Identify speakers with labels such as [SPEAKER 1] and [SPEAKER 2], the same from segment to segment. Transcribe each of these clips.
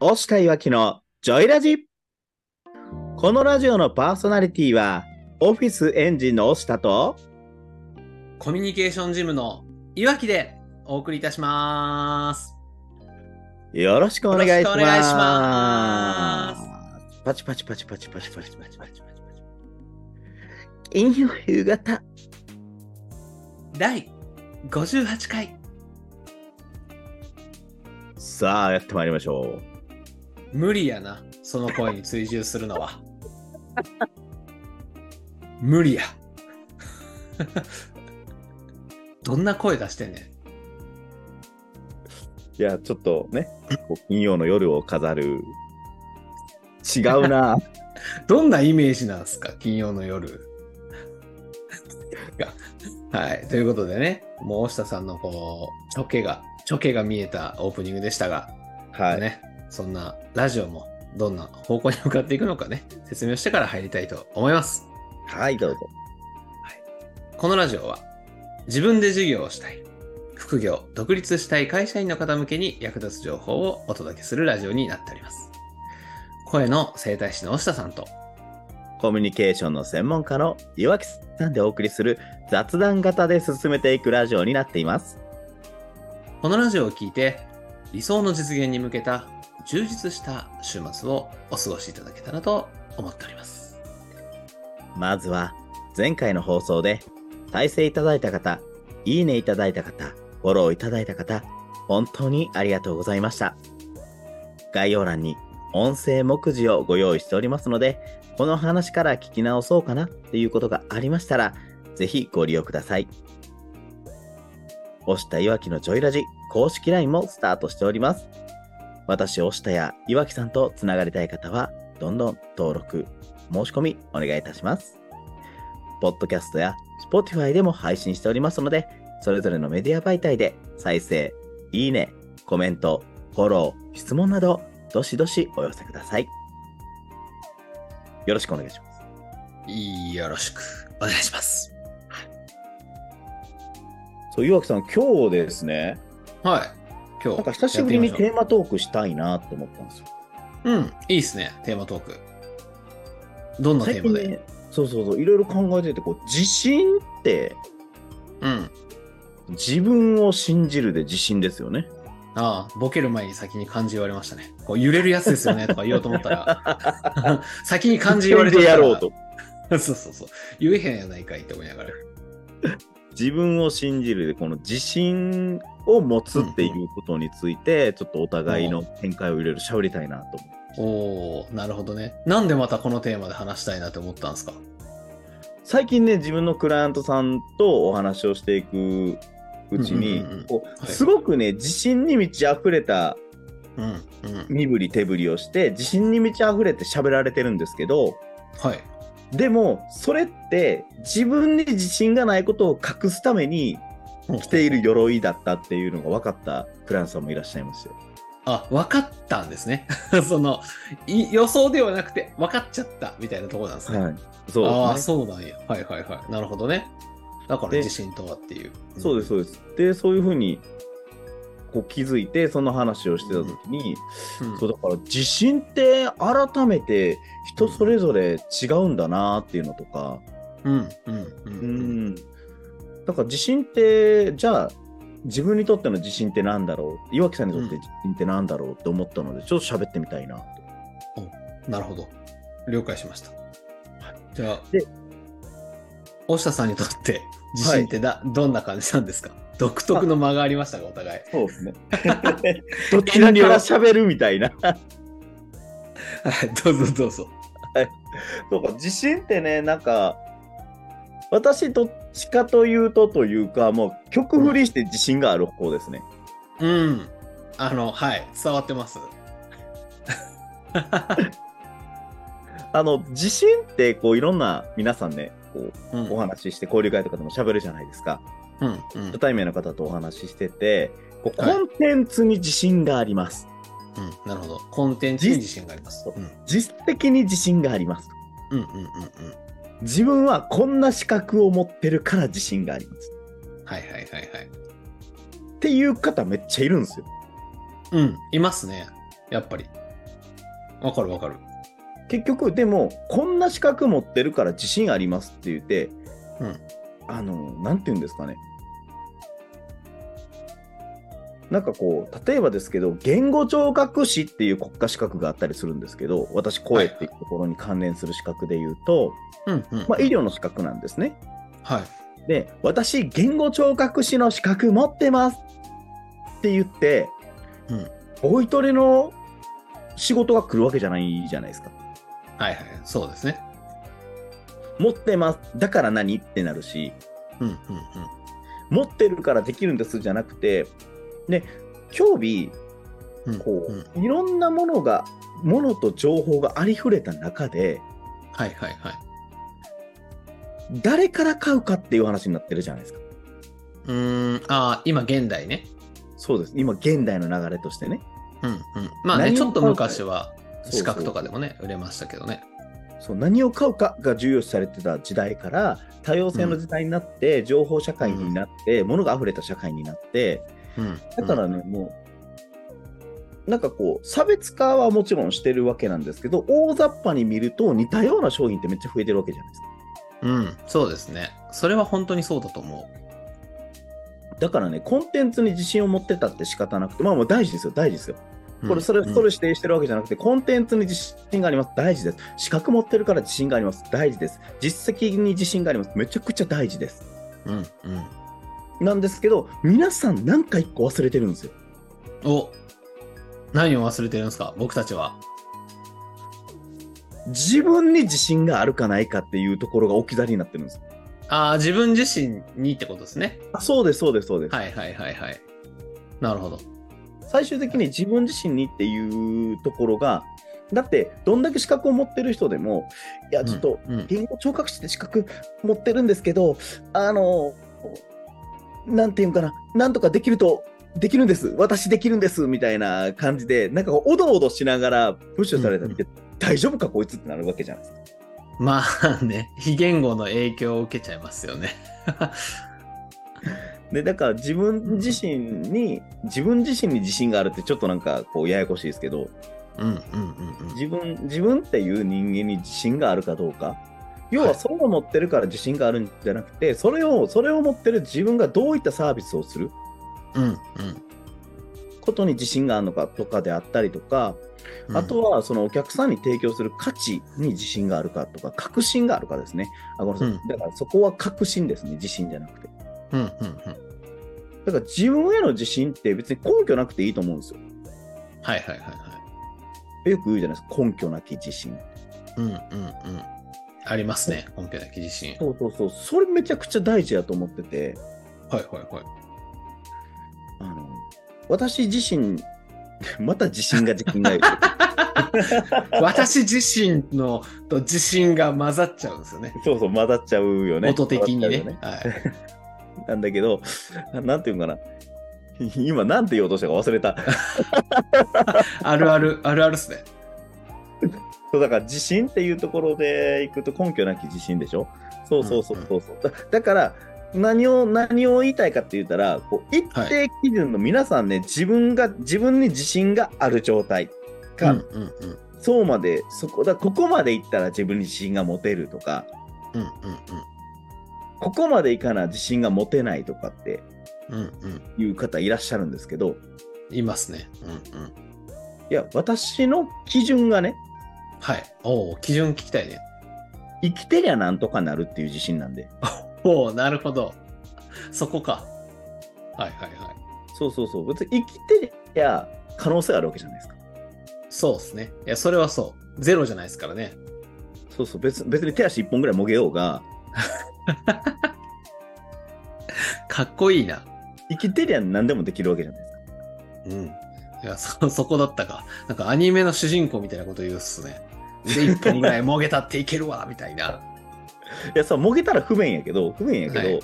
[SPEAKER 1] 押したいわきのジョイラジこのラジオのパーソナリティはオフィスエンジンの押したと
[SPEAKER 2] コミュニケーションジムのいわきでお送りいたします。
[SPEAKER 1] よろしくお願いします
[SPEAKER 2] よろしくお願いしま
[SPEAKER 1] パチパチパチパチパチパチパチパチパチパチ金曜夕方
[SPEAKER 2] 第58回
[SPEAKER 1] さあやってまいりましょう
[SPEAKER 2] 無理やなその声に追従するのは 無理や どんな声出してんね
[SPEAKER 1] いやちょっとねこう金曜の夜を飾る違う な
[SPEAKER 2] んどんなイメージなんですか金曜の夜はいということでねもう大下さんのこうちょけがちょけが見えたオープニングでしたが
[SPEAKER 1] はい、
[SPEAKER 2] ね、そんなラジオもどんな方向に向かっていくのかね、説明をしてから入りたいと思います。
[SPEAKER 1] はいどうぞ
[SPEAKER 2] このラジオは、自分で事業をしたい、副業、独立したい会社員の方向けに役立つ情報をお届けするラジオになっております。声の整体師の押下さんと、
[SPEAKER 1] コミュニケーションの専門家の岩木さんでお送りする雑談型で進めていくラジオになっています。
[SPEAKER 2] このラジオを聞いて、理想の実現に向けた充実した週末をお過ごしいただけたらと思っております。
[SPEAKER 1] まずは前回の放送で再生いただいた方、いいねいただいた方、フォローいただいた方、本当にありがとうございました。概要欄に音声目次をご用意しておりますので、この話から聞き直そうかなっていうことがありましたら、ぜひご利用ください。押したいわきのジョイラジ公式 LINE もスタートしております。私、押したやいわきさんとつながりたい方は、どんどん登録、申し込みお願いいたします。ポッドキャストや Spotify でも配信しておりますので、それぞれのメディア媒体で再生、いいね、コメント、フォロー、質問など、どしどしお寄せください。よろしくお願いします。
[SPEAKER 2] よろしくお願いします。
[SPEAKER 1] そう、岩木さん、今日ですね、
[SPEAKER 2] はい。今日、
[SPEAKER 1] なんか久しぶり
[SPEAKER 2] や
[SPEAKER 1] に
[SPEAKER 2] ってみましょう
[SPEAKER 1] テーマトークしたいなと思ったんですよ。
[SPEAKER 2] うん、いいっすね、テーマトーク。どんなテーマで、
[SPEAKER 1] ね、そうそうそう、いろいろ考えてて、こう、自信って、
[SPEAKER 2] うん。
[SPEAKER 1] 自分を信じるで自信ですよね。
[SPEAKER 2] ああ、ボケる前に先に漢字言われましたね。こう揺れるやつですよねとか言おうと思っ たら、先に漢字言われて
[SPEAKER 1] で
[SPEAKER 2] た
[SPEAKER 1] や
[SPEAKER 2] ら
[SPEAKER 1] ろうと。。
[SPEAKER 2] そうそうそう。言えへんやないかいって思いながら。
[SPEAKER 1] 自分を信じるでこの自信を持つっていうことについて、ちょっとお互いの見解を入れるしゃべりたいなと思う
[SPEAKER 2] おー、なるほどね。なんでまたこのテーマで話したいなって思ったんですか
[SPEAKER 1] 最近ね自分のクライアントさんとお話をしていくうちに、
[SPEAKER 2] うんうんうんうん
[SPEAKER 1] こう
[SPEAKER 2] はい
[SPEAKER 1] すごくね自信に満ち溢れた
[SPEAKER 2] うん、うん。
[SPEAKER 1] 身振り手振りをして自信に満ち溢れて喋られてるんですけど
[SPEAKER 2] はい。
[SPEAKER 1] でもそれって自分に自信がないことを隠すために着ている鎧だったっていうのが分かったクライアントさんもいらっしゃいましたよ
[SPEAKER 2] あ、分かったんですね。 そのい、予想ではなくて、分かっちゃったみたいなところなんですね。
[SPEAKER 1] はい、そう
[SPEAKER 2] ああ、
[SPEAKER 1] ですね
[SPEAKER 2] そうなんや。はいはいはい。なるほどね。だから
[SPEAKER 1] で
[SPEAKER 2] 自信とはっていう。
[SPEAKER 1] そうです、
[SPEAKER 2] ん。
[SPEAKER 1] そうです。で、そういうふうにこう気づいて、その話をしてた時に、
[SPEAKER 2] うん
[SPEAKER 1] そうだから、自信って改めて人それぞれ違うんだなっていうのとか、
[SPEAKER 2] うんうんう
[SPEAKER 1] うんん。だから、自信って、じゃあ、自分にとっての自信ってなんだろう岩木さんにとって自信ってなんだろうって思ったので、ちょっと喋ってみたいなと。
[SPEAKER 2] なるほど。了解しました。じゃあ
[SPEAKER 1] で、
[SPEAKER 2] 押下さんにとって自信ってだ、どんな感じなんですか独特の間があり ましたが、お互い。
[SPEAKER 1] そうですね。どちらから喋るみたいな。
[SPEAKER 2] はい、どうぞどうぞ。
[SPEAKER 1] そうか、自信ってね、なんか、私どっちかというとというか、もう曲振りして自信がある方ですね。
[SPEAKER 2] うん。あの、はい、伝わってます。
[SPEAKER 1] あの、自信って、こう、いろんな皆さんね、こう、
[SPEAKER 2] うん、
[SPEAKER 1] お話しして、交流会とかでも喋るじゃないですか。
[SPEAKER 2] うん、うん
[SPEAKER 1] 初、対面の方とお話ししてて、こう
[SPEAKER 2] はい
[SPEAKER 1] コンテンツに自信があります。
[SPEAKER 2] うん。なるほど。コンテンツに自信があります。うん、うん、
[SPEAKER 1] 実績に自信があります。
[SPEAKER 2] うん、うん、うん。
[SPEAKER 1] 自分はこんな資格を持ってるから自信があります。
[SPEAKER 2] はいはいはいはい。
[SPEAKER 1] っていう方めっちゃいるんですよ。
[SPEAKER 2] うん、いますね。やっぱり。わかるわかる。
[SPEAKER 1] 結局でもこんな資格持ってるから自信ありますって言って、
[SPEAKER 2] うん
[SPEAKER 1] あのなんて言うんですかねなんかこう例えばですけど言語聴覚士っていう国家資格があったりするんですけど私声っていうところに関連する資格で言うと、
[SPEAKER 2] うんうん。
[SPEAKER 1] まあ、医療の資格なんですね。
[SPEAKER 2] はい。
[SPEAKER 1] で私言語聴覚士の資格持ってますって言って、
[SPEAKER 2] うん
[SPEAKER 1] ボイトレの仕事が来るわけじゃないじゃないですか。
[SPEAKER 2] はいはい。そうですね。
[SPEAKER 1] 持ってますだから何ってなるし
[SPEAKER 2] うんうんうん。
[SPEAKER 1] 持ってるからできるんですじゃなくてで興味
[SPEAKER 2] うん
[SPEAKER 1] こう、
[SPEAKER 2] ん
[SPEAKER 1] いろんなものがものと情報がありふれた中で
[SPEAKER 2] はいはいはい。
[SPEAKER 1] 誰から買うかっていう話になってるじゃないですか
[SPEAKER 2] うーん、ああ、今現代ね。
[SPEAKER 1] そうです今現代の流れとしてね
[SPEAKER 2] うんうん。まあね、
[SPEAKER 1] 何を
[SPEAKER 2] ちょっと昔は
[SPEAKER 1] そうそう
[SPEAKER 2] 資格とかでもね、売れましたけどね。
[SPEAKER 1] そう何を買うかが重要視されてた時代から多様性の時代になって、情報社会になって、ものが溢れた社会になって
[SPEAKER 2] うん。
[SPEAKER 1] だからね、もうなんかこう差別化はもちろんしてるわけなんですけど大雑把に見ると似たような商品ってめっちゃ増えてるわけじゃないですか
[SPEAKER 2] うん、うん、そうですね。それは本当にそうだと思
[SPEAKER 1] だからねコンテンツに自信を持ってたって仕方なくてまあもう大事ですよ大事ですよ
[SPEAKER 2] う。
[SPEAKER 1] これそれ,、
[SPEAKER 2] うん
[SPEAKER 1] それ指定してるわけじゃなくてコンテンツに自信があります大事です資格持ってるから自信があります大事です実績に自信がありますめちゃくちゃ大事です
[SPEAKER 2] うんうん。
[SPEAKER 1] なんですけど皆さんなんか一個忘れてるんですよ
[SPEAKER 2] お何を忘れてるんですか僕たちは。
[SPEAKER 1] 自分に自信があるかないかっていうところが置き去りになってるんです
[SPEAKER 2] ああ、自分自身にってことですね。
[SPEAKER 1] あそうですそうですそうです、
[SPEAKER 2] はいはいはいはい。なるほど。
[SPEAKER 1] 最終的に自分自身にっていうところがだってどんだけ資格を持ってる人でもいやちょっと
[SPEAKER 2] うんうん
[SPEAKER 1] 言語聴覚士で資格持ってるんですけどあのなんていうんかななんとかできるとできるんです私できるんですみたいな感じでなんかこうおどおどしながらプッシュされたって、大丈夫かこいつってなるわけじゃないですか
[SPEAKER 2] まあね、 非言語の影響を受けちゃいますよね。
[SPEAKER 1] でだから自分自身に自分自身に自信があるってちょっとなんかこうややこしいですけど
[SPEAKER 2] うんうんうんうん。
[SPEAKER 1] 自分自分っていう人間に自信があるかどうか要
[SPEAKER 2] は
[SPEAKER 1] はいそれを持ってるから自信があるんじゃなくて、それをそれを持ってる自分がどういったサービスをする
[SPEAKER 2] うんうん
[SPEAKER 1] ことに自信があるのかとかであったりとか、
[SPEAKER 2] うん。
[SPEAKER 1] あとはそのお客さんに提供する価値に自信があるかとか確信があるかですねあごめんなさい、
[SPEAKER 2] うん
[SPEAKER 1] だからそこは確信ですね自信じゃなくて
[SPEAKER 2] うんうんうん。
[SPEAKER 1] だから自分への自信って別に根拠なくていいと思うんですよ
[SPEAKER 2] はいはいはいは
[SPEAKER 1] よく言うじゃないですか根拠なき自信
[SPEAKER 2] い。うんうんうん。ありますね、本拠だけ自信。
[SPEAKER 1] そうそうそうそれめちゃくちゃ大事だと思ってて
[SPEAKER 2] はいはいはい。
[SPEAKER 1] あの私自身また自信が自信ない
[SPEAKER 2] 私自身のと自信が混ざっちゃうんですよね。
[SPEAKER 1] そうそう混ざっちゃうよね
[SPEAKER 2] 音的に
[SPEAKER 1] 混ざっ
[SPEAKER 2] ね
[SPEAKER 1] ち。
[SPEAKER 2] はい。
[SPEAKER 1] ゃうよねなんだけどなんていうんかな今なんて言おうとしたか忘れた
[SPEAKER 2] あるある、あるあるっすね。
[SPEAKER 1] そうだから自信っていうところでいくと根拠なき自信でしょそうそうそうそうそう、だだから何を何を言いたいかって言ったらこう一定基準の皆さんね、自分が自分に自信がある状態
[SPEAKER 2] うん
[SPEAKER 1] か、
[SPEAKER 2] うんうん。
[SPEAKER 1] そうまでそこだここまでいったら自分に自信が持てるとか
[SPEAKER 2] うん
[SPEAKER 1] ここまでいかな自信が持てないとかって
[SPEAKER 2] うんうん。うんうん。
[SPEAKER 1] いう方いらっしゃるんですけど
[SPEAKER 2] いますね。うんうん。
[SPEAKER 1] いや私の基準がね
[SPEAKER 2] はい。おお、基準聞きたいね。
[SPEAKER 1] 生きてりゃなんとかなるっていう自信なんで
[SPEAKER 2] おお、なるほど。そこか。はいはいはい。
[SPEAKER 1] そうそうそう別に生きてりゃ可能性あるわけじゃないですか
[SPEAKER 2] そうですね。いや、それはそう。ゼロじゃないですからね。
[SPEAKER 1] そうそう別別に手足一本ぐらいもげようが
[SPEAKER 2] かっこいいな。
[SPEAKER 1] 生きてりゃ何でもできるわけじゃないですか
[SPEAKER 2] うん。いや、そ、 そこだったか。なんかアニメの主人公みたいなこと言うっすね。で、一本ぐらいもげたっていけるわ、みたいな。
[SPEAKER 1] いやさもげたら不便やけど不便やけど、
[SPEAKER 2] はい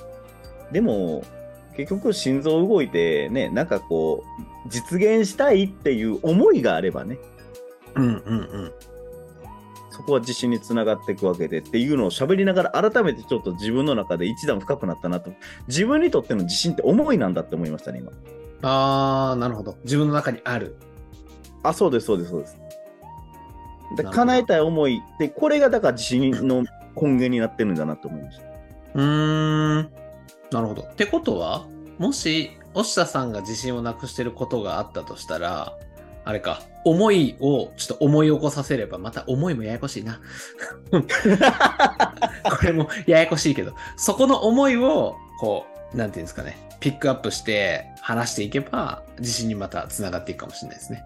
[SPEAKER 1] でも結局心臓動いてねなんかこう実現したいっていう思いがあればね
[SPEAKER 2] うんうんうん。
[SPEAKER 1] そこは自信につながっていくわけでっていうのを喋りながら改めてちょっと自分の中で一段深くなったなと自分にとっての自信って思いなんだって思いましたね今
[SPEAKER 2] あー、なるほど。自分の中にある。
[SPEAKER 1] あそうですそうですそうですで
[SPEAKER 2] なるほど
[SPEAKER 1] 叶えたい思いでこれがだから自信の根源になってるんだなと思いました。
[SPEAKER 2] うーん。なるほど。ってことは、もし、押下さんが自信をなくしてることがあったとしたら、あれか、思いをちょっと思い起こさせれば、また思いもややこしいな。 これもややこしいけど、そこの思いを、こう、なんていうんですかね、ピックアップして話していけば、自信にまたつながっていくかもしれないですね。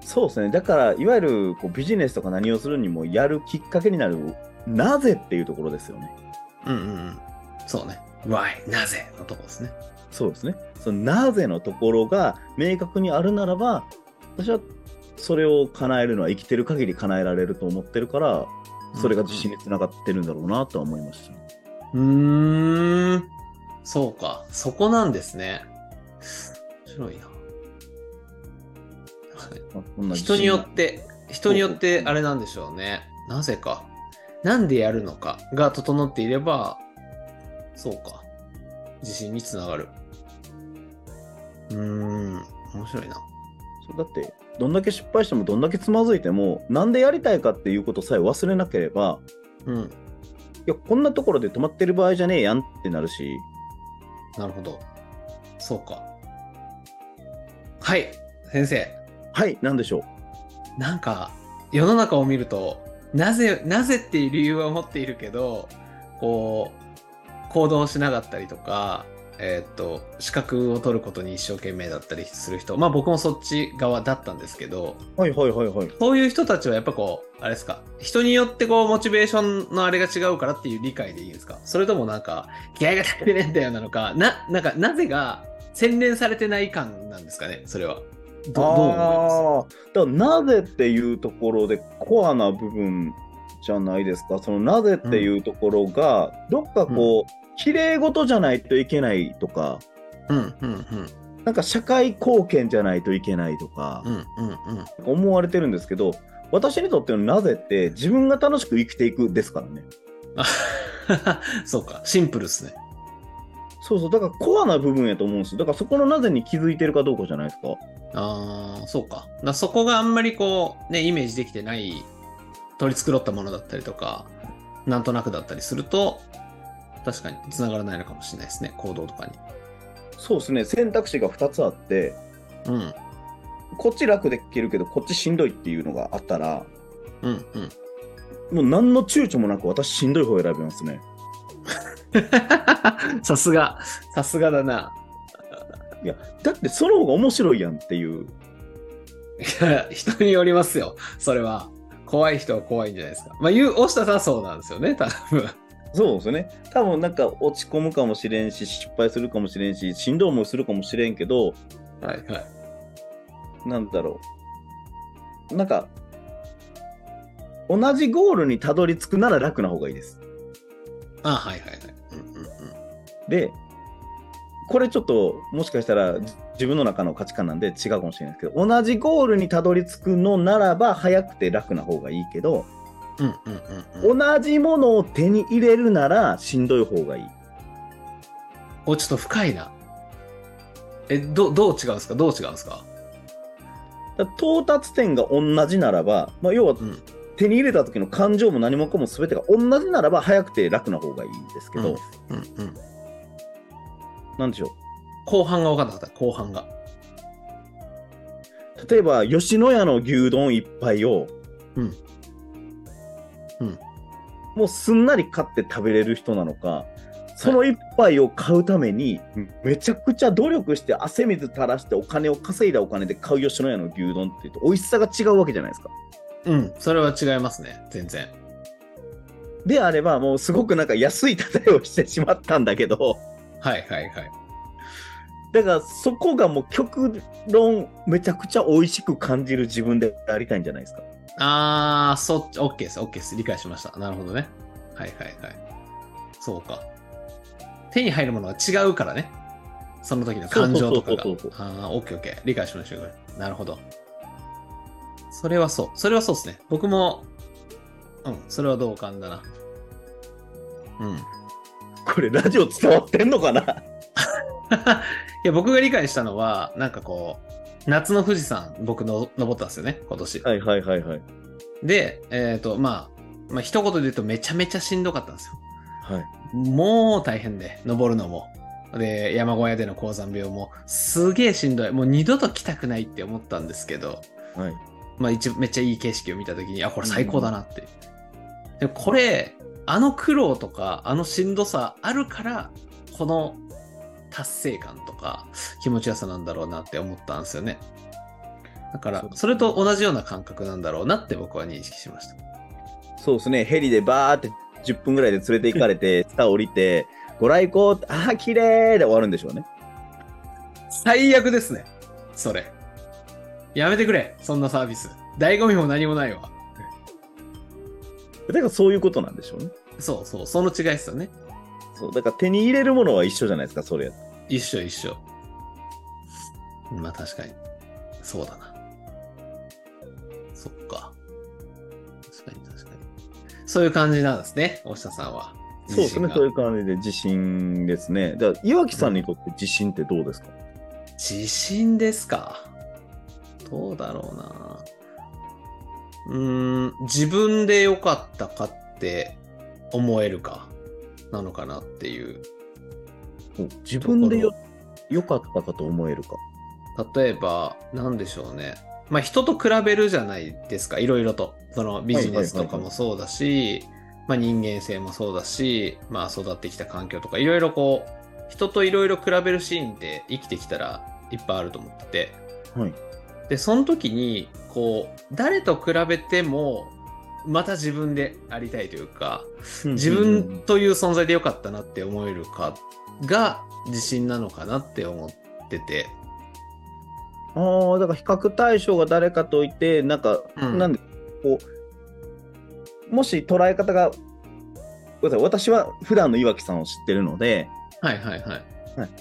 [SPEAKER 1] そうですねだからいわゆるこうビジネスとか何をするにもやるきっかけになるなぜっていうところですよね。
[SPEAKER 2] うんうんうん。そうね。why? なぜのとこですね。
[SPEAKER 1] そうですね。そのなぜのところが明確にあるならば、私はそれを叶えるのは生きてる限り叶えられると思ってるから、それが自信につながってるんだろうなとは思いました。
[SPEAKER 2] うーん。そうか。そこなんですね。面白いな。
[SPEAKER 1] まあこんな自信
[SPEAKER 2] 人によって、人によってあれなんでしょうね。なぜか。なんでやるのかが整っていれば、そうか。自信につながる。うーん。面白いな。
[SPEAKER 1] そうだって、どんだけ失敗してもどんだけつまずいても、なんでやりたいかっていうことさえ忘れなければ、
[SPEAKER 2] うん。
[SPEAKER 1] いや、こんなところで止まってる場合じゃねえやんってなるし、
[SPEAKER 2] なるほど。そうか。はい。先生。
[SPEAKER 1] はい、なんでしょう。
[SPEAKER 2] なんか世の中を見るとなぜなぜっていう理由は持っているけどこう行動しなかったりとか、えーっと資格を取ることに一生懸命だったりする人まあ僕もそっち側だったんですけど
[SPEAKER 1] はいはいはいはい。
[SPEAKER 2] そういう人たちはやっぱこうあれですか人によってこうモチベーションのあれが違うからっていう理解でいいんですかそれともなんか気合が足りねえんだよなのかななんかなぜが洗練されてない感なんですかねそれはどどう思いま
[SPEAKER 1] あ
[SPEAKER 2] す
[SPEAKER 1] ーだからなぜっていうところでコアな部分じゃないですかそのなぜっていうところが、どっかこう綺麗事じゃないといけないとか
[SPEAKER 2] うんうんうん
[SPEAKER 1] なんか社会貢献じゃないといけないとか
[SPEAKER 2] う、んうんうん
[SPEAKER 1] 思われてるんですけど私にとってのなぜって自分が楽しく生きていくですからね
[SPEAKER 2] あ そうか、シンプルっすね。
[SPEAKER 1] そうそうだからコアな部分やと思うんですよだからそこのなぜに気づいてるかどうかじゃないですか
[SPEAKER 2] ああ、そうか。だからそこがあんまりこう、ね、イメージできてない、取り繕ったものだったりとか、なんとなくだったりすると、確かに繋がらないのかもしれないですね、行動とかに。
[SPEAKER 1] そうですね選択肢が2つあって
[SPEAKER 2] うん、
[SPEAKER 1] こっち楽できるけどこっちしんどいっていうのがあったら
[SPEAKER 2] うん、うん。
[SPEAKER 1] もう何の躊躇もなく私しんどい方を選びますね。
[SPEAKER 2] さすが、さすがだな。
[SPEAKER 1] だってその方が面白いやんっていう。
[SPEAKER 2] いや、人によりますよ、それは。怖い人は怖いんじゃないですか。まあ、言う、押したさんはそうなんですよね、多分。
[SPEAKER 1] そうですよね。多分なんか落ち込むかもしれんし、失敗するかもしれんし、しんどい思いするかもしれんけど、
[SPEAKER 2] はい、はい。
[SPEAKER 1] なんだろう。なんか、同じゴールにたどり着くなら楽な方がいいです。
[SPEAKER 2] あはい、はい、はい。うん、うん、うん。
[SPEAKER 1] で、これちょっともしかしたらじ自分の中の価値観なんで違うかもしれないですけど、同じゴールにたどり着くのならば早くて楽な方がいいけど、
[SPEAKER 2] うん、うん、うん、うん。
[SPEAKER 1] 同じものを手に入れるならしんどい方がいい。
[SPEAKER 2] お、ちょっと深いな。え、ど、どう違うんですかどう違うんですか
[SPEAKER 1] だから到達点が同じならば、まあ、要は
[SPEAKER 2] うん。
[SPEAKER 1] 手に入れた時の感情も何もかも全てが同じならば早くて楽な方がいいんですけど、
[SPEAKER 2] うんうん。
[SPEAKER 1] なんでしょ
[SPEAKER 2] 後半が分かんなかった、後半が。
[SPEAKER 1] う例えば吉野家の牛丼一杯を、
[SPEAKER 2] うんうん
[SPEAKER 1] もうすんなり買って食べれる人なのかその一杯を買うためにめちゃくちゃ努力して汗水垂らしてお金を稼いだお金で買う吉野家の牛丼っていうと美味しさが違うわけじゃないですか。
[SPEAKER 2] うん、それは違いますね、全然。
[SPEAKER 1] であればもうすごくなんか安い例えをしてしまったんだけど
[SPEAKER 2] はいはいはい。
[SPEAKER 1] だからそこがもう極論めちゃくちゃ美味しく感じる自分でありたいんじゃないですか
[SPEAKER 2] あー、そっち、OK です、OK です。理解しました。なるほどね。はいはいはい。そうか。手に入るものが違うからね。その時の感情とかが。
[SPEAKER 1] そうそうそうそう
[SPEAKER 2] あー、OK、OK。理解しました、これ。なるほど。それはそう。それはそうですね。僕も、うん、それは同感だな。うん。
[SPEAKER 1] これラジオ伝わってんのかな
[SPEAKER 2] いや、僕が理解したのは、なんかこう、夏の富士山、僕の登ったんですよね、今年。
[SPEAKER 1] はいはいはいはい
[SPEAKER 2] で、えっ、と、まあ、まあ、一言で言うとめちゃめちゃしんどかったんですよ。
[SPEAKER 1] はい。
[SPEAKER 2] もう大変で、登るのも。で、山小屋での高山病も、すげえしんどい。もう二度と来たくないって思ったんですけど、
[SPEAKER 1] はい。
[SPEAKER 2] まあ一、めっちゃいい景色を見たときに、あ、これ最高だなって。でこれ、あの苦労とか、あのしんどさあるから、この達成感とか、気持ちよさなんだろうなって思ったんですよね。だか
[SPEAKER 1] そ
[SPEAKER 2] ら
[SPEAKER 1] う、ですね
[SPEAKER 2] それと同じような感覚なんだろうなって僕は認識しました。
[SPEAKER 1] そうですね。ヘリでバーって10分ぐらいで連れて行かれて、下降りて、ご来光、ああ、綺麗で終わるんでしょうね。
[SPEAKER 2] 最悪ですね。それ。やめてくれ、そんなサービス。醍醐味も何もないわ。
[SPEAKER 1] だからそういうことなんでしょうね。
[SPEAKER 2] そうそう、その違いですよね。
[SPEAKER 1] そう。だから手に入れるものは一緒じゃないですか、それやと
[SPEAKER 2] 一緒一緒。まあ確かに。そうだな。そっか。確かに確かに。そういう感じなんですね、大下さんは。
[SPEAKER 1] そうですね。
[SPEAKER 2] 自
[SPEAKER 1] そうい
[SPEAKER 2] 身
[SPEAKER 1] う
[SPEAKER 2] が
[SPEAKER 1] 感じで自信ですね。だから岩木さんにとって自信ってどうですか、
[SPEAKER 2] 自信ですかどうだろうな。うーん、自分で良かったかって思えるかなのかなっていう。
[SPEAKER 1] そう自分でよ良かったかと思えるか。
[SPEAKER 2] 例えば、なんでしょうね。まあ、人と比べるじゃないですか、いろいろと。そのビジネスとかもそうだし、まあ、人間性もそうだし、まあ、育ってきた環境とか、いろいろこう、人といろいろ比べるシーンって生きてきたらいっぱいあると思ってて。
[SPEAKER 1] はい。
[SPEAKER 2] で、その時に、こう、誰と比べても、また自分でありたいというか、自分という存在でよかったなって思えるかが自信なのかなって思ってて。
[SPEAKER 1] ああ、だから比較対象が誰かといて、なんか、
[SPEAKER 2] うん
[SPEAKER 1] なんで、こう、もし捉え方が、ごめんなさい私は普段の岩木さんを知ってるので、
[SPEAKER 2] はいはいはい。
[SPEAKER 1] はい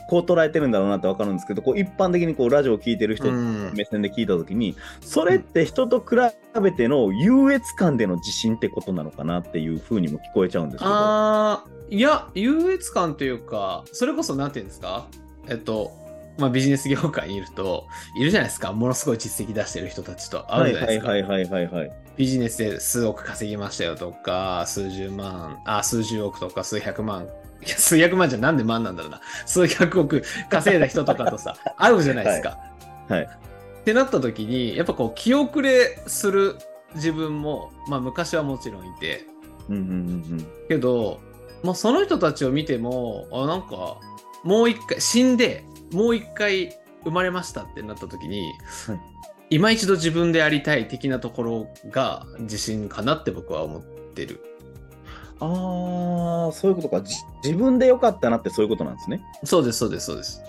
[SPEAKER 1] こう捉えてるんだろうなって分かるんですけど、こう一般的にこうラジオを聞いてる人
[SPEAKER 2] うん
[SPEAKER 1] 目線で聞いたときに、それって人と比べての優越感での自信ってことなのかなっていうふうにも聞こえちゃうんですけど、は
[SPEAKER 2] あーいや優越感というかそれこそなんていうんですかえっとまあビジネス業界にいるといるじゃないですかものすごい実績出してる人たちと会う
[SPEAKER 1] い
[SPEAKER 2] じゃな
[SPEAKER 1] は
[SPEAKER 2] いで
[SPEAKER 1] い
[SPEAKER 2] すか、
[SPEAKER 1] はいはいはいはい。
[SPEAKER 2] ビジネスで数億稼ぎましたよとか数十万あ数十億とか数百万いや数百万じゃなんで万なんだろうな数百億稼いだ人とかとさ会うじゃないですか、
[SPEAKER 1] はいはい
[SPEAKER 2] ってなった時にやっぱこう気遅れする自分もまあ昔はもちろんいて
[SPEAKER 1] うんうんうん
[SPEAKER 2] けど、まあ、その人たちを見てもあなんかもう一回死んでもう一回生まれましたってなった時に、
[SPEAKER 1] はい
[SPEAKER 2] 今一度自分でありたい的なところが自信かなって僕は思ってる
[SPEAKER 1] うん。ああ、そういうことか。じ自分で良かったなってそういうことなんですね。
[SPEAKER 2] そうですそうですそうです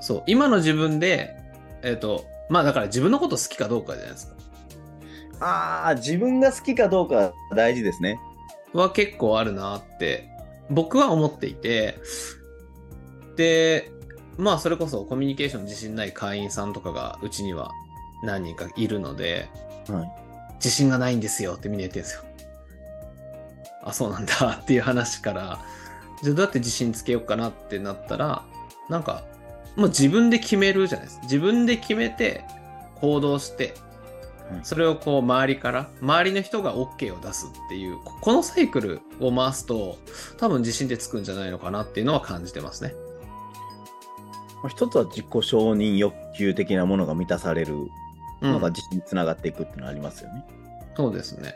[SPEAKER 2] そう今の自分でえっ、とまあだから自分のこと好きかどうかじゃないですか
[SPEAKER 1] ああ、自分が好きかどうか大事ですね。
[SPEAKER 2] は結構あるなって僕は思っていてでまあそれこそコミュニケーション自信ない会員さんとかがうちには何人かいるので
[SPEAKER 1] はい。
[SPEAKER 2] 自信がないんですよってみんな言ってるんですよ。あそうなんだっていう話からじゃあどうやって自信つけようかなってなったらなんかもう自分で決めるじゃないですか自分で決めて行動して
[SPEAKER 1] はい
[SPEAKER 2] それをこう周りから周りの人が OK を出すっていうここのサイクルを回すと多分自信ってつくんじゃないのかなっていうのは感じてますね。
[SPEAKER 1] まあ一つは自己承認欲求的なものが満たされる
[SPEAKER 2] うん
[SPEAKER 1] のが自信につながっていくっていうのはありますよね。
[SPEAKER 2] そうですね。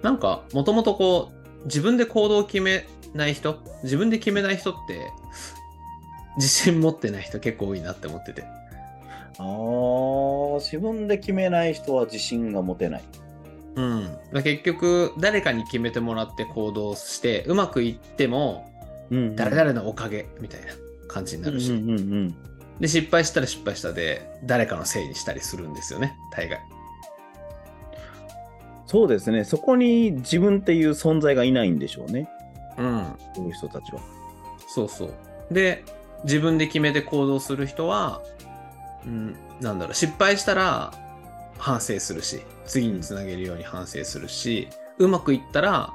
[SPEAKER 2] なんか、もともとこう、自分で行動を決めない人、自分で決めない人って、自信持ってない人結構多いなって思ってて。
[SPEAKER 1] ああ、自分で決めない人は自信が持てない。
[SPEAKER 2] うん。だから結局、誰かに決めてもらって行動して、うまくいっても、
[SPEAKER 1] うん
[SPEAKER 2] 誰々のおかげみたいな感じになるし。
[SPEAKER 1] うんうんうん
[SPEAKER 2] で、失敗したら失敗したで、誰かのせいにしたりするんですよね、大概。
[SPEAKER 1] そうですね。そこに自分っていう存在がいないんでしょうね。
[SPEAKER 2] うん。
[SPEAKER 1] こういう人たちは。
[SPEAKER 2] そうそう。で、自分で決めて行動する人は、うん、なんだろう、失敗したら反省するし、次につなげるように反省するし、うまくいったら、あ、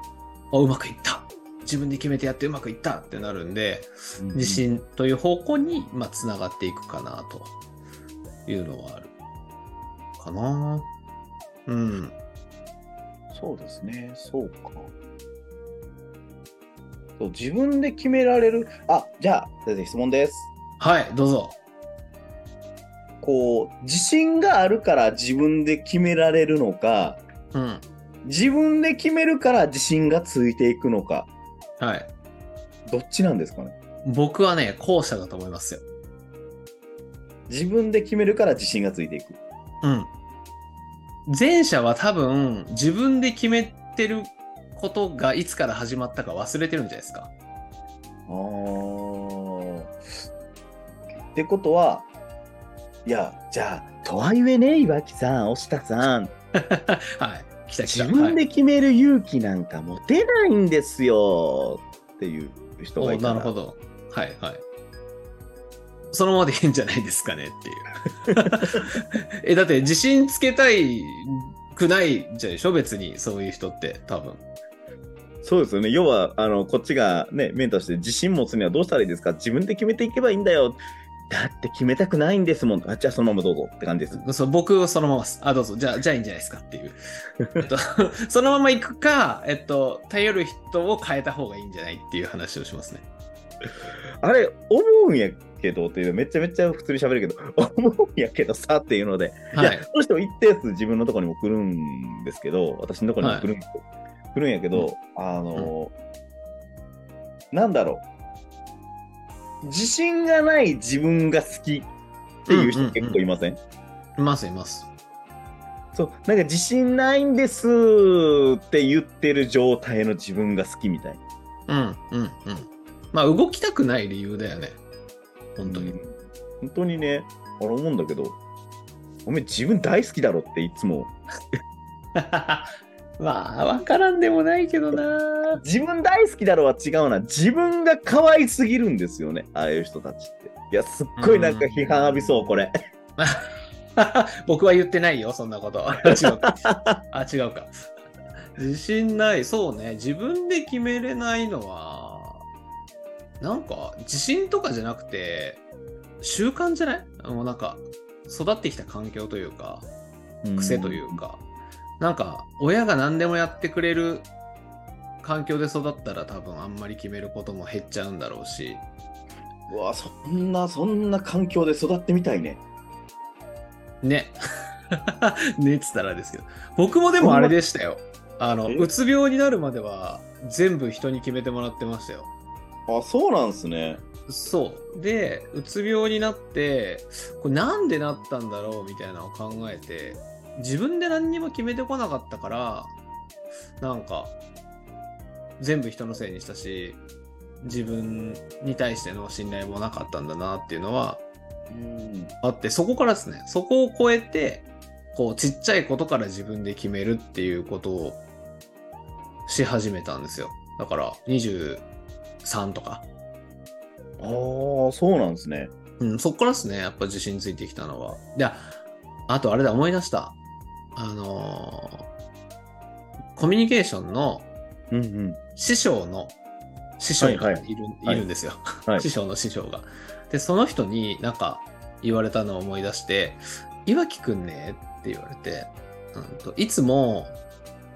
[SPEAKER 2] うまくいった自分で決めてやってうまくいったってなるんで、自信という方向に、まあ、つながっていくかな、というのはある。かなうん。
[SPEAKER 3] そうですね、そうか。そう自分で決められる。あ、じゃあ、先生質問です。
[SPEAKER 2] はい、どうぞ。
[SPEAKER 3] こう、自信があるから自分で決められるのか、
[SPEAKER 2] うん。
[SPEAKER 3] 自分で決めるから自信がついていくのか、
[SPEAKER 2] はい。
[SPEAKER 3] どっちなんですかね
[SPEAKER 2] 僕はね、後者だと思いますよ。
[SPEAKER 3] 自分で決めるから自信がついていく。
[SPEAKER 2] うん。前者は多分、自分で決めてることがいつから始まったか忘れてるんじゃないですか。
[SPEAKER 3] あーってことは、いや、じゃあ、
[SPEAKER 1] とはいえね、岩木さん、押田さん、
[SPEAKER 2] はい。来た来た。
[SPEAKER 1] 自分で決める勇気なんか持てないんですよ
[SPEAKER 3] っていう人
[SPEAKER 2] は
[SPEAKER 3] が
[SPEAKER 2] い、
[SPEAKER 3] い
[SPEAKER 2] お
[SPEAKER 3] たら
[SPEAKER 2] なるほど。はいはい。そのままでいいんじゃないですかねっていう。 え、だって自信つけたいくないじゃないでしょ別にそういう人って多分。
[SPEAKER 1] そうですよね。要は、あの、こっちがね、面として自信持つにはどうしたらいいですか自分で決めていけばいいんだよ。だって決めたくないんですもん。あ、じゃあそのままどうぞって感じです。
[SPEAKER 2] そう僕はそのままです。あ、どうぞ。じゃあ、じゃあいいんじゃないですかっていう。えっと、そのまま行くか、えっと、頼る人を変えた方がいいんじゃないっていう話をしますね。
[SPEAKER 1] あれ、思うんやけどっていう、めちゃめちゃ普通に喋るけど、 思うんやけどさっていうので、い、
[SPEAKER 2] はい
[SPEAKER 1] や、。どうしても一定数自分のところにも来るんですけど、私のところにも来るん,、来るんやけど、あの、なんだろう。自信がない自分が好きっていう人結構いません
[SPEAKER 2] いますいます。
[SPEAKER 1] そう、なんか自信ないんですって言ってる状態の自分が好きみたいな。
[SPEAKER 2] うん、うん、うん。まあ、動きたくない理由だよね。本当に。
[SPEAKER 1] うん。本当にね、あれ思うんだけど、おめえ自分大好きだろっていつも。
[SPEAKER 2] まあ、わからんでもないけどな。
[SPEAKER 1] 自分大好きだろは違うな。自分が可愛すぎるんですよね、ああいう人たちって。いや、すっごいなんか批判浴びそう、これ。
[SPEAKER 2] 僕は言ってないよ、そんなこと。違うか。あ、違うか。自信ない。そうね。自分で決めれないのは、なんか、自信とかじゃなくて、習慣じゃないもうなんか、育ってきた環境というか、癖というか、なんか、親が何でもやってくれる環境で育ったら多分あんまり決めることも減っちゃうんだろうし、
[SPEAKER 3] うわ、そんな、そんな環境で育ってみたいね。
[SPEAKER 2] ね。 ねっつったらですけど。僕もでもあれでしたよ。あの、
[SPEAKER 3] え
[SPEAKER 2] うつ病になるまでは全部人に決めてもらってましたよ。
[SPEAKER 3] あ、そうなんですね。
[SPEAKER 2] そう。で、うつ病になって、これなんでなったんだろうみたいなのを考えて、自分で何にも決めてこなかったから、なんか、全部人のせいにしたし、自分に対しての信頼もなかったんだなっていうのは
[SPEAKER 3] うん。
[SPEAKER 2] あって、そこからですね、そこを超えて、こう、ちっちゃいことから自分で決めるっていうことをし始めたんですよ。だから、23とか。
[SPEAKER 3] ああ、そうなんですね。
[SPEAKER 2] うん、そこからですね、やっぱ自信ついてきたのは。で、ああとあれだ、思い出した。あのーコミュニケーションの
[SPEAKER 1] うんうん。
[SPEAKER 2] 師匠の師匠がいる,、い
[SPEAKER 1] はい
[SPEAKER 2] るんですよ、
[SPEAKER 1] はい
[SPEAKER 2] 師匠の師匠が。で、その人になんか言われたのを思い出して、岩木くんねって言われて、うんと、いつも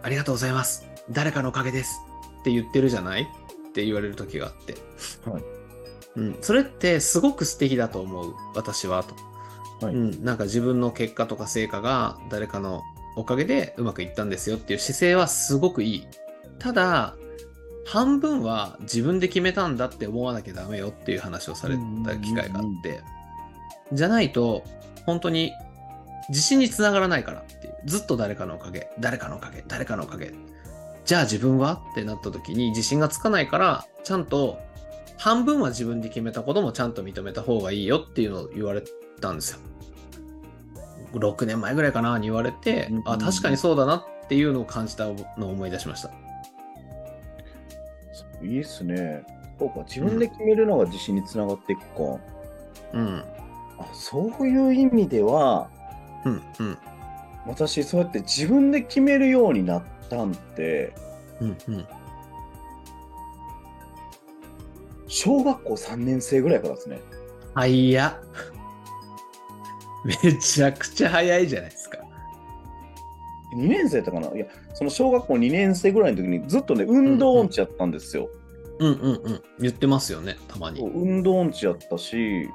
[SPEAKER 2] ありがとうございます。誰かのおかげですって言ってるじゃないって言われる時があって。
[SPEAKER 1] はい
[SPEAKER 2] うん、それってすごく素敵だと思う、私はと。
[SPEAKER 1] はい
[SPEAKER 2] うん、なんか自分の結果とか成果が誰かのおかげでうまくいったんですよっていう姿勢はすごくいい。ただ、半分は自分で決めたんだって思わなきゃダメよっていう話をされた機会があって、じゃないと、本当に自信につながらないからっていう。ずっと誰かのおかげ、誰かのおかげ、誰かのおかげ。じゃあ自分はってなった時に自信がつかないから、ちゃんと半分は自分で決めたこともちゃんと認めた方がいいよっていうのを言われたんですよ。6年前ぐらいかなに言われて、
[SPEAKER 1] うん
[SPEAKER 2] あ、確かにそうだなっていうのを感じたのを思い出しました。
[SPEAKER 3] いいっすね。そうか、自分で決めるのが自信につながっていくか。
[SPEAKER 2] うん。
[SPEAKER 3] あそういう意味では、
[SPEAKER 2] うん。うん。
[SPEAKER 3] 私、そうやって自分で決めるようになったんって、
[SPEAKER 2] うん。うん。
[SPEAKER 3] 小学校3年生ぐらいからですね。
[SPEAKER 2] あ、い や。めちゃくちゃ早いじゃないですか。
[SPEAKER 1] 2年生だったかないやその小学校2年生ぐらいの時にずっとね運動音痴やったんですよ、
[SPEAKER 2] うんうんうん。言ってますよね、たまに。
[SPEAKER 1] そう運動音痴やったし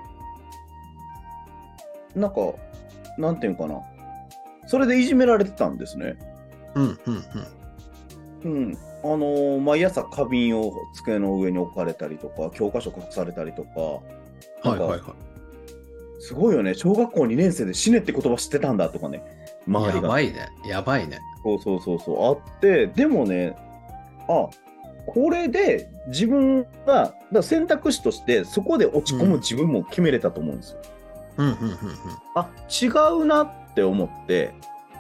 [SPEAKER 1] なんかなんていうんかなそれでいじめられてたんですね
[SPEAKER 2] うんうんうん。
[SPEAKER 1] うんあのー毎朝花瓶を机の上に置かれたりとか教科書隠されたりとかな
[SPEAKER 2] は
[SPEAKER 1] ん
[SPEAKER 2] い
[SPEAKER 1] か
[SPEAKER 2] はいは
[SPEAKER 1] すごいよね小学校2年生で死ねって言葉知ってたんだとかね周
[SPEAKER 2] い。や
[SPEAKER 1] りが
[SPEAKER 2] ばいね。やばいね。
[SPEAKER 1] そうそうそうそうあってでもねあこれで自分がだから選択肢としてそこで落ち込む自分も決めれたと思うんですよ。
[SPEAKER 2] うんうん
[SPEAKER 1] あ違うなって思って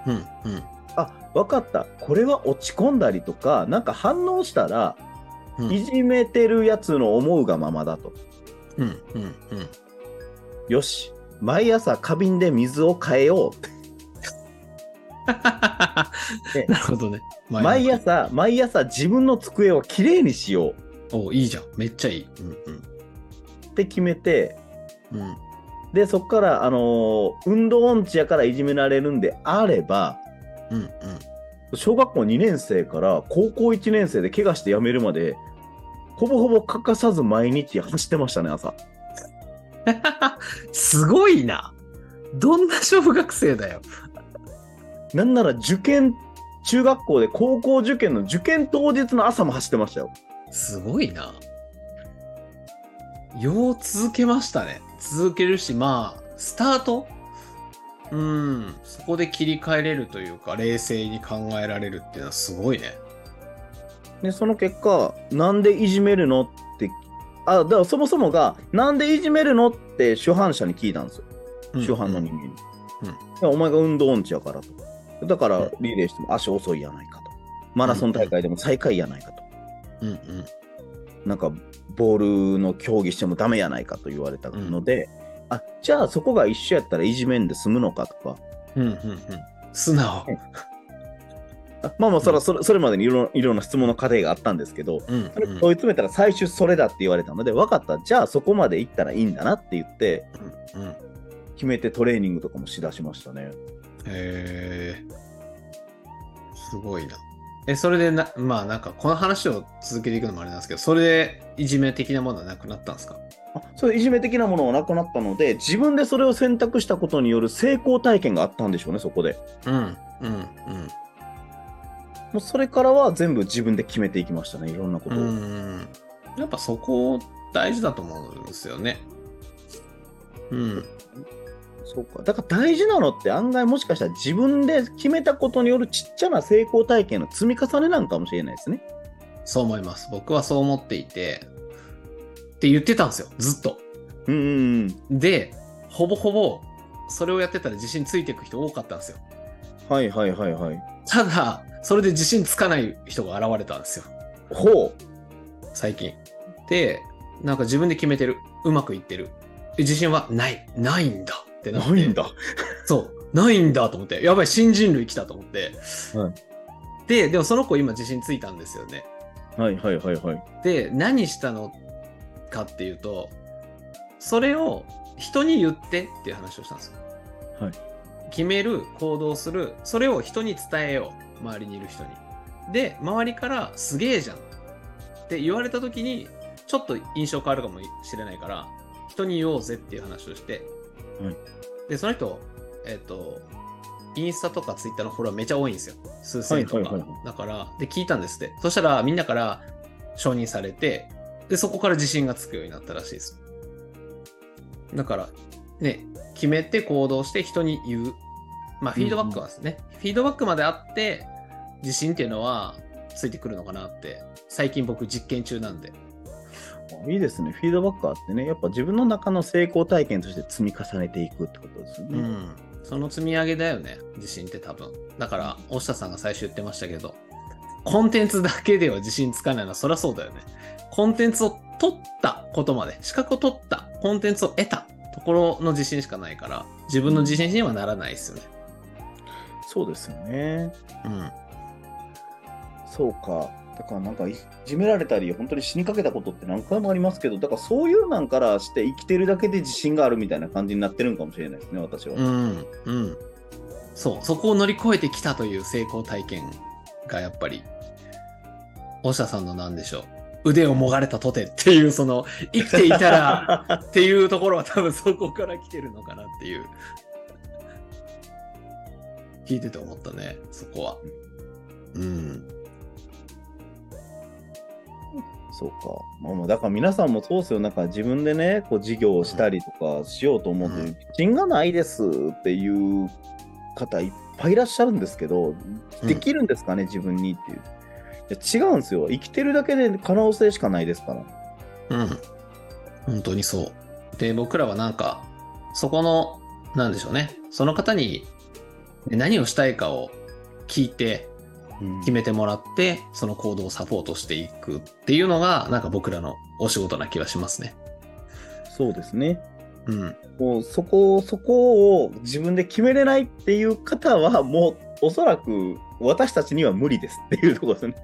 [SPEAKER 2] うんうん。うんうん
[SPEAKER 1] あ分かったこれは落ち込んだりとかなんか反応したら
[SPEAKER 2] うん
[SPEAKER 1] いじめてるやつの思うがままだと。
[SPEAKER 2] うんうんうん。
[SPEAKER 1] よし毎朝花瓶で水を変えようで
[SPEAKER 2] なるほどね。
[SPEAKER 1] 毎。朝毎朝自分の机をきれいにしよう
[SPEAKER 2] おいいじゃん。めっちゃいい。うん
[SPEAKER 1] って決めて
[SPEAKER 2] うん。うん
[SPEAKER 1] でそこから、あのー運動音痴やからいじめられるんであれば
[SPEAKER 2] うんうん。
[SPEAKER 1] 小学校2年生から高校1年生で怪我して辞めるまでほぼほぼ欠かさず毎日走ってましたね朝
[SPEAKER 2] すごいな。どんな小学生だよ。
[SPEAKER 1] なんなら受験中学校で高校受験の受験当日の朝も走ってましたよ
[SPEAKER 2] すごいな。よう続けましたね。続けるし、まあ、スタートうん、そこで切り替えれるというか、冷静に考えられるっていうのはすごいね。
[SPEAKER 1] でその結果なんでいじめるのってあだからそもそもがなんでいじめるのって主犯者に聞いたんですよ主犯の人間に、
[SPEAKER 2] うん
[SPEAKER 1] いやお前が運動音痴やからとだか
[SPEAKER 2] う
[SPEAKER 1] ら
[SPEAKER 2] ん
[SPEAKER 1] リレーしても足遅いやないかとマラソン大会でも最下位やないかと
[SPEAKER 2] うんうん。
[SPEAKER 1] なんかボールの競技してもダメやないかと言われたので、あじゃあそこが一緒やったらいじめんで済むのかとか
[SPEAKER 2] うんうんうん。素直。
[SPEAKER 1] あまあまあそれ,、
[SPEAKER 2] うん
[SPEAKER 1] それそれまでにいろいろんな質問の過程があったんですけど
[SPEAKER 2] うん、
[SPEAKER 1] それ問い詰めたら最終それだって言われたので分かったじゃあそこまで行ったらいいんだなって言って
[SPEAKER 2] うん。うん。
[SPEAKER 1] 決めてトレーニングとかもしだしましたね。
[SPEAKER 2] へえ。すごいな。え、それでな、まあなんか、この話を続けていくのもあれなんですけど、それでいじめ的なものはなくなったんですか
[SPEAKER 1] あそういういじめ的なものはなくなったので自分でそれを選択したことによる成功体験があったんでしょうねそこで
[SPEAKER 2] うん、うん、うん。
[SPEAKER 1] もうそれからは全部自分で決めていきましたねいろんなことを、
[SPEAKER 2] うんやっぱそこ大事だと思うんですよね。うん。
[SPEAKER 1] そうかだから大事なのって案外もしかしたら自分で決めたことによるちっちゃな成功体験の積み重ねなんかもしれないですね
[SPEAKER 2] そう思います。僕はそう思っていて、って言ってたんですよ、ずっと。
[SPEAKER 1] うんうんうん
[SPEAKER 2] で、ほぼほぼ、それをやってたら自信ついていく人多かったんですよ。
[SPEAKER 1] はいはいはいはい
[SPEAKER 2] ただ、それで自信つかない人が現れたんですよ、
[SPEAKER 1] ほ
[SPEAKER 2] 最近。で、なんか自分で決めてる。うまくいってる。で自信はない。ないんだって
[SPEAKER 1] う
[SPEAKER 2] なって。
[SPEAKER 1] ないんだ
[SPEAKER 2] そう、ないんだと思って、やばい、新人類来たと思って。
[SPEAKER 1] は
[SPEAKER 2] で、でもその子今自信ついたんですよね。
[SPEAKER 1] はいはいはいはい
[SPEAKER 2] で、何したのかっていうと、それを人に言ってっていう話をしたんですよ。
[SPEAKER 1] はい
[SPEAKER 2] 決める、行動する、それを人に伝えよう。周りにいる人に。で、周りからすげえじゃんって言われた時に、ちょっと印象変わるかもしれないから、人に言おうぜっていう話をして、
[SPEAKER 1] はい
[SPEAKER 2] で、その人、えっ、と、インスタとかツイッターのフォロワーめちゃ多いんですよ。数千とか。
[SPEAKER 1] はいはいはいは
[SPEAKER 2] だから、で、聞いたんですって。そしたら、みんなから承認されて、で、そこから自信がつくようになったらしいです。だから、ね、決めて行動して人に言う。まあ、フィードバックはですね、フィードバックまであって、自信っていうのはついてくるのかなって、最近僕実験中なんで。
[SPEAKER 1] いいですねフィードバックあってねやっぱ自分の中の成功体験として積み重ねていくってことですよ
[SPEAKER 2] う
[SPEAKER 1] ね、
[SPEAKER 2] ん。その積み上げだよね、自信って多分。だから、押下さんが最初言ってましたけど、コンテンツだけでは自信つかないのは、そりゃそうだよね。コンテンツを取ったことまで、資格を取った、コンテンツを得たところの自信しかないから、自分の自信にはならないですよね。
[SPEAKER 1] そうですよね
[SPEAKER 2] うん。
[SPEAKER 1] そうか。だからなんかいいじめられたり、本当に死にかけたことって何回もありますけど、だからそういうなんからして生きてるだけで自信があるみたいな感じになってるんかもしれないですね、私は。
[SPEAKER 2] うん。うん。そう、そこを乗り越えてきたという成功体験がやっぱり、大下さんの何でしょう。腕をもがれたとてっていう、その、生きていたらっていうところは多分そこから来てるのかなっていう。聞いてて思ったね、そこは。うん。
[SPEAKER 1] そうか。まあまあ、だから皆さんもそうですよ。なんか自分でね、こう事業をしたりとかしようと思って、
[SPEAKER 2] うん
[SPEAKER 1] 自信がないですっていう方いっぱいいらっしゃるんですけど、
[SPEAKER 2] うん
[SPEAKER 1] できるんですかね、自分にっていう。いや違うんですよ。生きてるだけで可能性しかないですから。
[SPEAKER 2] うん。本当にそう。で、僕らはなんか、そこの、なんでしょうね。その方にね何をしたいかを聞いて、決めてもらって、その行動をサポートしていくっていうのが、なんか僕らのお仕事な気がしますね。
[SPEAKER 1] そうですね。
[SPEAKER 2] うん。
[SPEAKER 1] もうそこ、そこを自分で決めれないっていう方は、もうおそらく私たちには無理ですっていうところですね。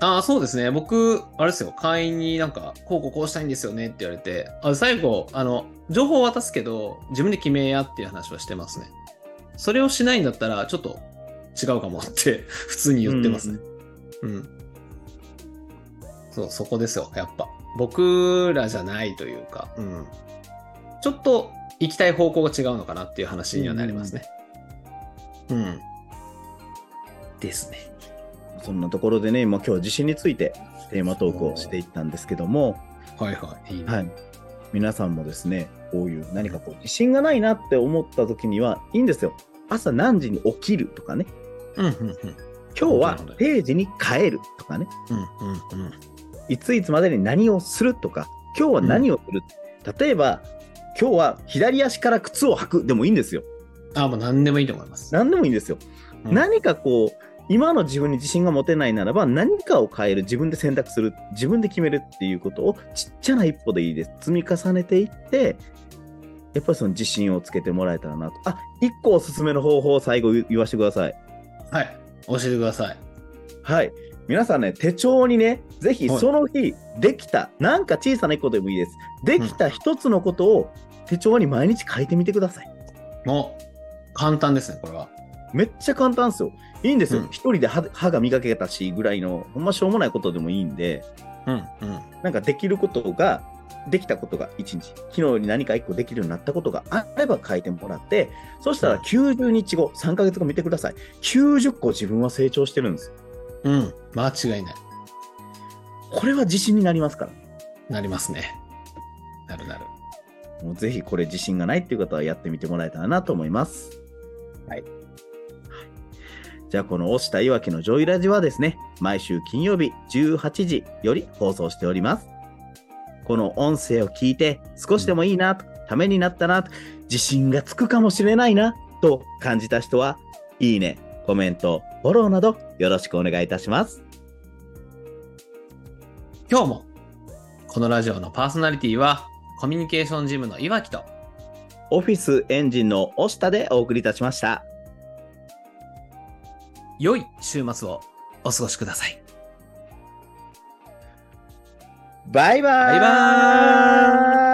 [SPEAKER 2] ああ、そうですね。僕、あれですよ。会員になんか、こうこうこうしたいんですよねって言われて、あ最後、あの、情報を渡すけど、自分で決めやっていう話はしてますね。それをしないんだったら、ちょっと違うかもって、普通に 言ってますね。うん。そう、そこですよ、やっぱ。僕らじゃないというか、うん。ちょっと行きたい方向が違うのかなっていう話にはなりますね。うん。ですね。
[SPEAKER 1] そんなところでね、まあ、今日は自信についてテーマトークをしていったんですけども、
[SPEAKER 2] はいはい。いいね
[SPEAKER 1] はい、皆さんもですねこういう何かこう自信がないなって思った時にはいいんですよ朝何時に起きるとかね
[SPEAKER 2] うんうんうん。
[SPEAKER 1] 今日は
[SPEAKER 2] 本当だね
[SPEAKER 1] 定時に帰るとかね
[SPEAKER 2] うんうんうん。
[SPEAKER 1] いついつまでに何をするとか今日は何をする、例えば今日は左足から靴を履くでもいいんですよ
[SPEAKER 2] あ、もう何でもいいと思います。
[SPEAKER 1] 何でもいいんですよ、
[SPEAKER 2] うん
[SPEAKER 1] 何かこう今の自分に自信が持てないならば何かを変える自分で選択する自分で決めるっていうことをちっちゃな一歩でいいです積み重ねていってやっぱりその自信をつけてもらえたらなとあ一個おすすめの方法を最後言言わせてください
[SPEAKER 2] はい。教えてください。
[SPEAKER 1] はい皆さんね手帳にねぜひ
[SPEAKER 2] はい
[SPEAKER 1] その日できた、なんか小さな一個でもいいですできた一つのことを手帳に毎日書いてみてください
[SPEAKER 2] もう、簡単ですね、これは。
[SPEAKER 1] めっちゃ簡単ですよ。いいんですよ
[SPEAKER 2] うん。
[SPEAKER 1] 一、人で歯歯が磨けたしぐらいの、ほんましょうもないことでもいいんで、
[SPEAKER 2] うんうん。
[SPEAKER 1] なんかできることが、できたことが1日、昨日より何か1個できるようになったことがあれば書いてもらって、そした
[SPEAKER 2] う
[SPEAKER 1] ら
[SPEAKER 2] ん
[SPEAKER 1] 90日後、3ヶ月後見てください。90個自分は成長してるんですよ。
[SPEAKER 2] うん。間違いない。
[SPEAKER 1] これは自信になりますから。
[SPEAKER 2] なりますね。なるなる。
[SPEAKER 1] もうぜひこれ自信がないっていう方はやってみてもらえたらなと思います。
[SPEAKER 2] はい。
[SPEAKER 1] じゃあこの押したいわきのジョイラジはですね、毎週金曜日18時より放送しております。この音声を聞いて少しでもいいなと、ためになったなと、自信がつくかもしれないなと感じた人は、いいね、コメント、フォローなどよろしくお願いいたします。
[SPEAKER 2] 今日も、このラジオのパーソナリティは、コミュニケーションジムのいわきと、
[SPEAKER 1] オフィスエンジンの押したでお送りいたしました。
[SPEAKER 2] 良い週末をお過ごしください。
[SPEAKER 1] バイバーイ
[SPEAKER 2] バイバ